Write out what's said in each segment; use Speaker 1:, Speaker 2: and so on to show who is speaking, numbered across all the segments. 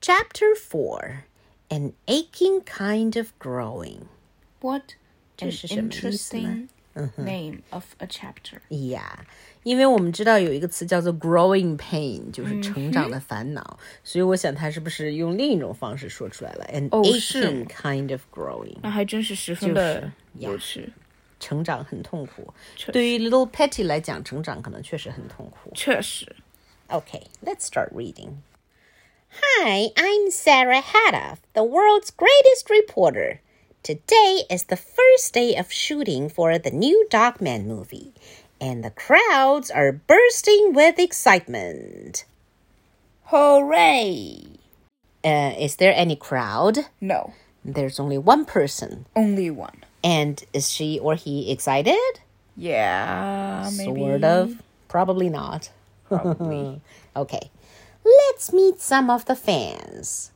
Speaker 1: Chapter 4 An Aching Kind of Growing.
Speaker 2: What
Speaker 1: 这
Speaker 2: an
Speaker 1: 是什么意思呢？
Speaker 2: interesting
Speaker 1: Uh-huh.
Speaker 2: name of a chapter.
Speaker 1: Yeah，因为我们知道有一个词叫做 growing pain，就是
Speaker 2: 嗯
Speaker 1: 成长的烦恼，所以我想他是不是用另一种方式说出来了？An
Speaker 2: 哦是嗯
Speaker 1: aching kind of growing，、
Speaker 2: 那还真是十分的有趣，
Speaker 1: 成长很痛苦。
Speaker 2: 确
Speaker 1: 对于 little Petty 来讲，成长可能确实很痛苦。
Speaker 2: 确实。
Speaker 1: Okay, let's start reading. Hi, I'm Sarah Hadoff, the world's greatest reporter. Today is the first day of shooting for the new Dogman movie, and the crowds are bursting with excitement.
Speaker 2: Hooray!
Speaker 1: Uh, is there any crowd?
Speaker 2: No,
Speaker 1: There's only one person.
Speaker 2: only one.
Speaker 1: And is she or he excited?
Speaker 2: Yeah, maybe.
Speaker 1: Sort of. Probably not. Probably. okay. Let's meet some of the fans.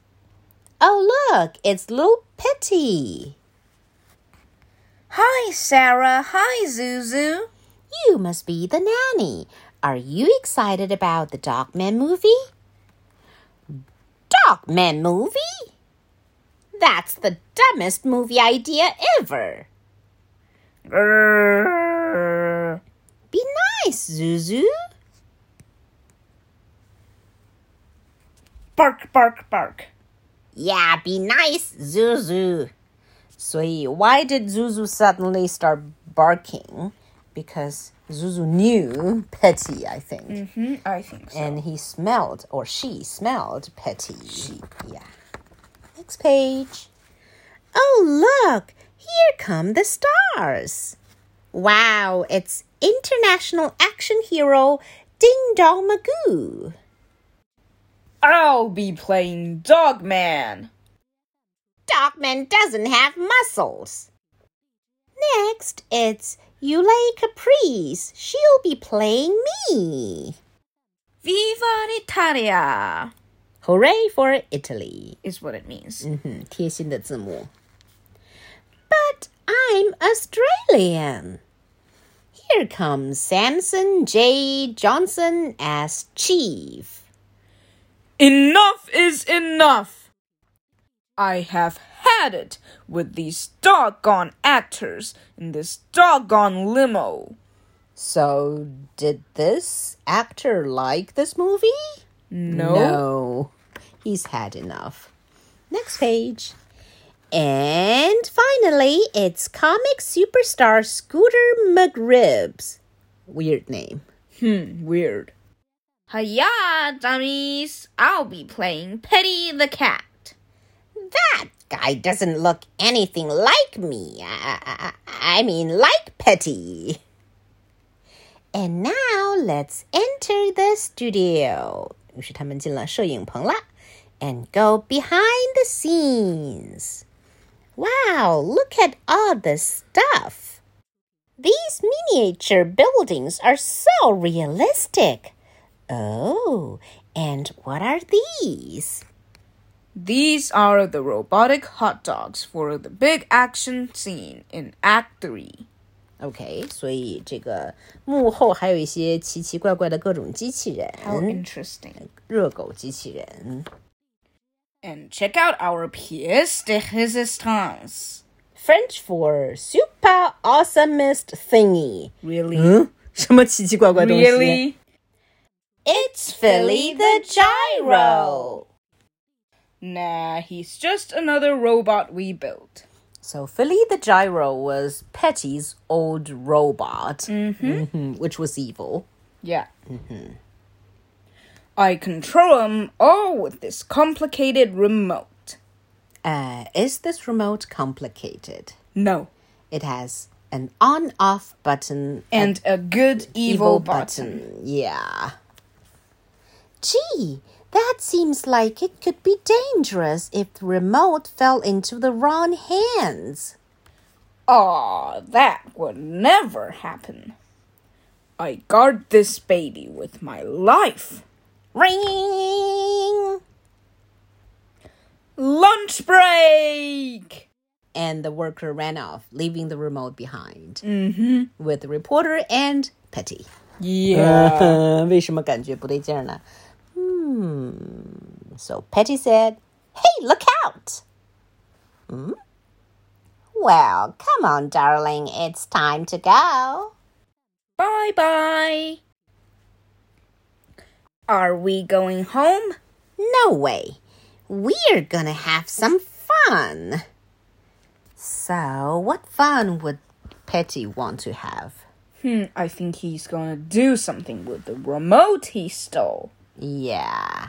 Speaker 1: Oh, look, it's Lil Petty.
Speaker 2: Hi, Sarah. Hi, Zuzu.
Speaker 1: You must be the nanny. Are you excited about the Dogman movie? Dogman movie? That's the dumbest movie idea ever.
Speaker 2: Grrr.
Speaker 1: Be nice, Zuzu.
Speaker 2: Bark, bark, bark.
Speaker 1: Yeah, be nice, Zuzu. 所以, why did Zuzu suddenly start barking? Because Zuzu knew Petty, I think.
Speaker 2: Hmm, I think so.
Speaker 1: And he smelled, or she smelled Petty. Yeah. Next page. Oh, look! Here come the stars! Wow, it's international action hero Ding Dong Magoo.
Speaker 2: I'll be playing Dogman.
Speaker 1: Dogman doesn't have muscles. Next, it's Yulei Caprice. She'll be playing me.
Speaker 2: Viva l'Italia
Speaker 1: Hooray for Italy.
Speaker 2: is what it means.
Speaker 1: 嗯哼，贴心的字幕。But I'm Australian. Here comes Samson J. Johnson as chief.
Speaker 2: Enough is enough. I have had it with these doggone actors in this doggone limo.
Speaker 1: So, did this actor like this movie?
Speaker 2: No.
Speaker 1: No. He's had enough. Next page. And finally, it's comic superstar Scooter McRibs. Weird name.
Speaker 2: Hmm, Weird. Hiya, dummies! I'll be playing Petty the Cat.
Speaker 1: That guy doesn't look anything like me. I, I, I mean, like Petty. And now let's enter the studio. 于是他们进了摄影棚了 and go behind the scenes. Wow, look at all the stuff. These miniature buildings are so realistic. Oh, and what are these?
Speaker 2: These are the robotic hot dogs for the big action scene in Act 3.
Speaker 1: OK，所以这个幕后还有一些奇奇怪怪的各种机器
Speaker 2: How
Speaker 1: 人，
Speaker 2: interesting.
Speaker 1: 热狗机器人
Speaker 2: And check out our pièce de résistance.
Speaker 1: ，French for super awesomest thingy。
Speaker 2: Really?
Speaker 1: 嗯，什么奇奇怪怪东西
Speaker 2: Really?
Speaker 1: ？It's Philly the Gyro。
Speaker 2: Nah, he's just another robot we built.
Speaker 1: So Philly the Gyro was Petty's old robot,
Speaker 2: Mm-hmm。
Speaker 1: Mhm, which was evil.
Speaker 2: Yeah. Mm-hmm. I control him all with this complicated remote.
Speaker 1: Uh, is this remote complicated?
Speaker 2: No.
Speaker 1: It has an on-off button
Speaker 2: And a good evil, button.
Speaker 1: Yeah. Gee, that seems like it could be dangerous if the remote fell into the wrong hands.
Speaker 2: Aw, that would never happen. I guard this baby with my life.
Speaker 1: Ring!
Speaker 2: Lunch break!
Speaker 1: And the worker ran off, leaving the remote behind. Mm-hmm. With the reporter and Petty.
Speaker 2: Yeah.
Speaker 1: 为什么感觉不对劲儿呢？嗯， So Petty said, Hey, look out! Hmm? Well, come on, darling, it's time to go.
Speaker 2: Bye bye. Are we going home?
Speaker 1: No way. We're gonna have some fun. So, what fun would Petty want to have?
Speaker 2: Hmm, I think he's gonna do something with the remote he stole.
Speaker 1: Yeah.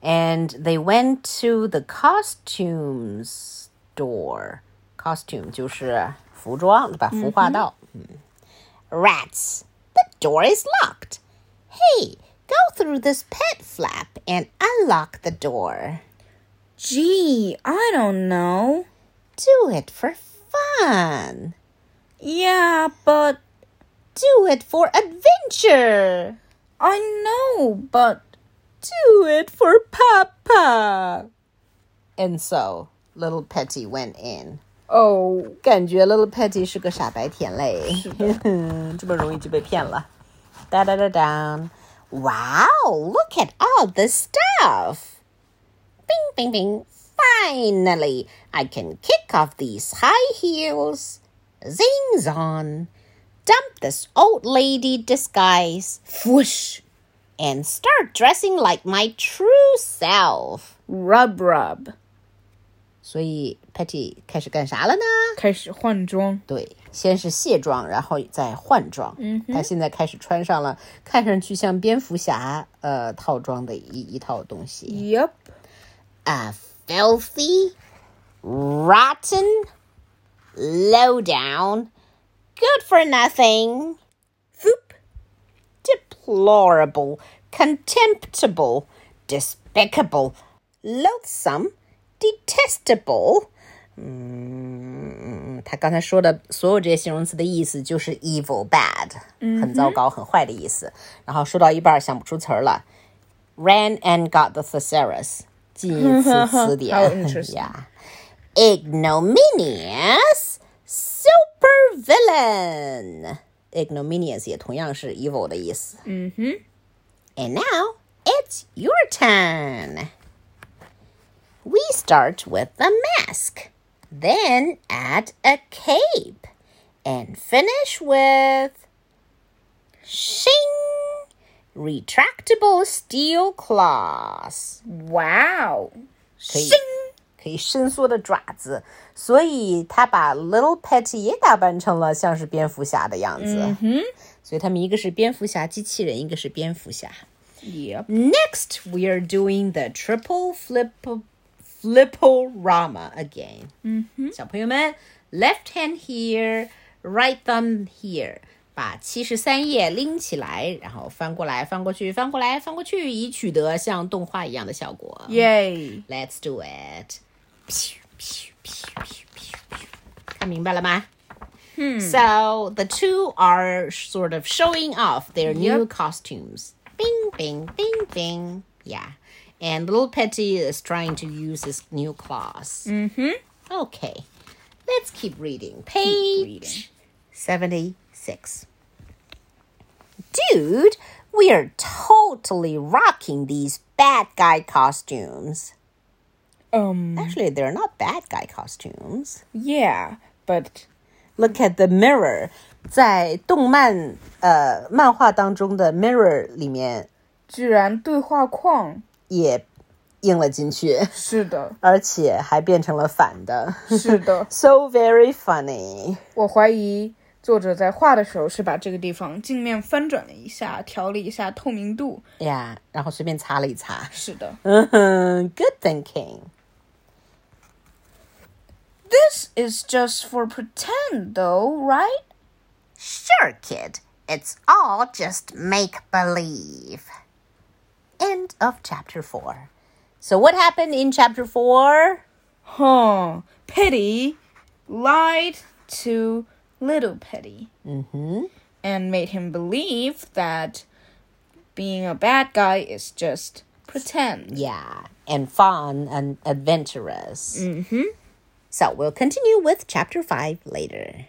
Speaker 1: And they went to the costume store. Costume 就是服装，对吧？服化道。Rats, the door is locked. Hey, go through this pet flap and unlock the door.
Speaker 2: Gee, I don't know.
Speaker 1: Do it for fun.
Speaker 2: Yeah, but
Speaker 1: Do it for adventure.
Speaker 2: I know, but
Speaker 1: do it for Papa. And so little Petty went in.
Speaker 2: oh,
Speaker 1: 感觉 little Petty 是个傻白甜嘞，Da da da down. Wow, look at all this stuff. Bing bing bing. Finally, I can kick off these high heels. Zings on. Dump this old lady disguise. Whoosh. And start dressing like my true self.
Speaker 2: rub rub.
Speaker 1: 所以 Patty 开始干啥了呢？
Speaker 2: 开始换装。
Speaker 1: 对，先是卸妆，然后再换装。嗯，她现在开始穿上了看上去像蝙蝠侠呃套装的一一套东西。
Speaker 2: Yep.
Speaker 1: A filthy, rotten, low down, good for nothing,
Speaker 2: Voop.
Speaker 1: deplorable, contemptible, despicable, loathsome, detestable。嗯，他刚才说的所有这些形容词的意思就是 evil、bad，很糟糕、很坏的意思。然后说到一半儿想不出词儿了，ran and got the thesaurus，记忆 词词
Speaker 2: How
Speaker 1: 典哎
Speaker 2: interesting.
Speaker 1: 呀。ignominious super villain. Ignominious 也同样是 evil 的意思。嗯哼。And now it's your turn. We start with a mask, then add a cape, and finish with shing retractable steel claws.
Speaker 2: Wow.
Speaker 1: 可以可以伸缩的爪子，所以他把 Little Patty 也打扮成了像是蝙蝠侠的样子。嗯、所以他们一个是蝙蝠侠机器人，一个是蝙蝠侠。
Speaker 2: Yep.
Speaker 1: Next, we are doing the triple flip flipporama again. 小朋友们，left hand here, right thumb here，把七十三页拎起来，然后翻过来、翻过去、翻过来、翻过去，以取得像动画一样的效果。
Speaker 2: Yay.
Speaker 1: Let's do it. 看明白了吗？So Hmm. the two are sort of showing off their new costumes. Bing, bing, bing, bing. Yeah. And little Petty is trying to use his new claws. Mm-hmm. Okay. Let's keep reading. Page 76. Dude, we are totally rocking these bad guy costumes.
Speaker 2: Um.
Speaker 1: Actually, they're not bad guy costumes.
Speaker 2: Yeah, but
Speaker 1: Look at the mirror. 在动漫呃漫画当中的 mirror 里面
Speaker 2: 居然对话框。是的，
Speaker 1: 也印了进去， 而且还变成了反的。
Speaker 2: 是的。
Speaker 1: so very funny.
Speaker 2: 我怀疑作者在画的时候是把这个地方镜面翻转了一下，调了一下透明度。
Speaker 1: 呀、然后随便擦了一擦。
Speaker 2: 是的
Speaker 1: 嗯哼，good Uh-huh. thinking.
Speaker 2: ，This is just for pretend, though, right?
Speaker 1: Sure, kid. It's all just make believe. End of chapter four. So what happened in chapter four?
Speaker 2: Huh? Pity lied to little Pity. And made him believe that being a bad guy is just pretend.
Speaker 1: Yeah, and fun and adventurous. Mm-hmm. So we'll continue with chapter five later.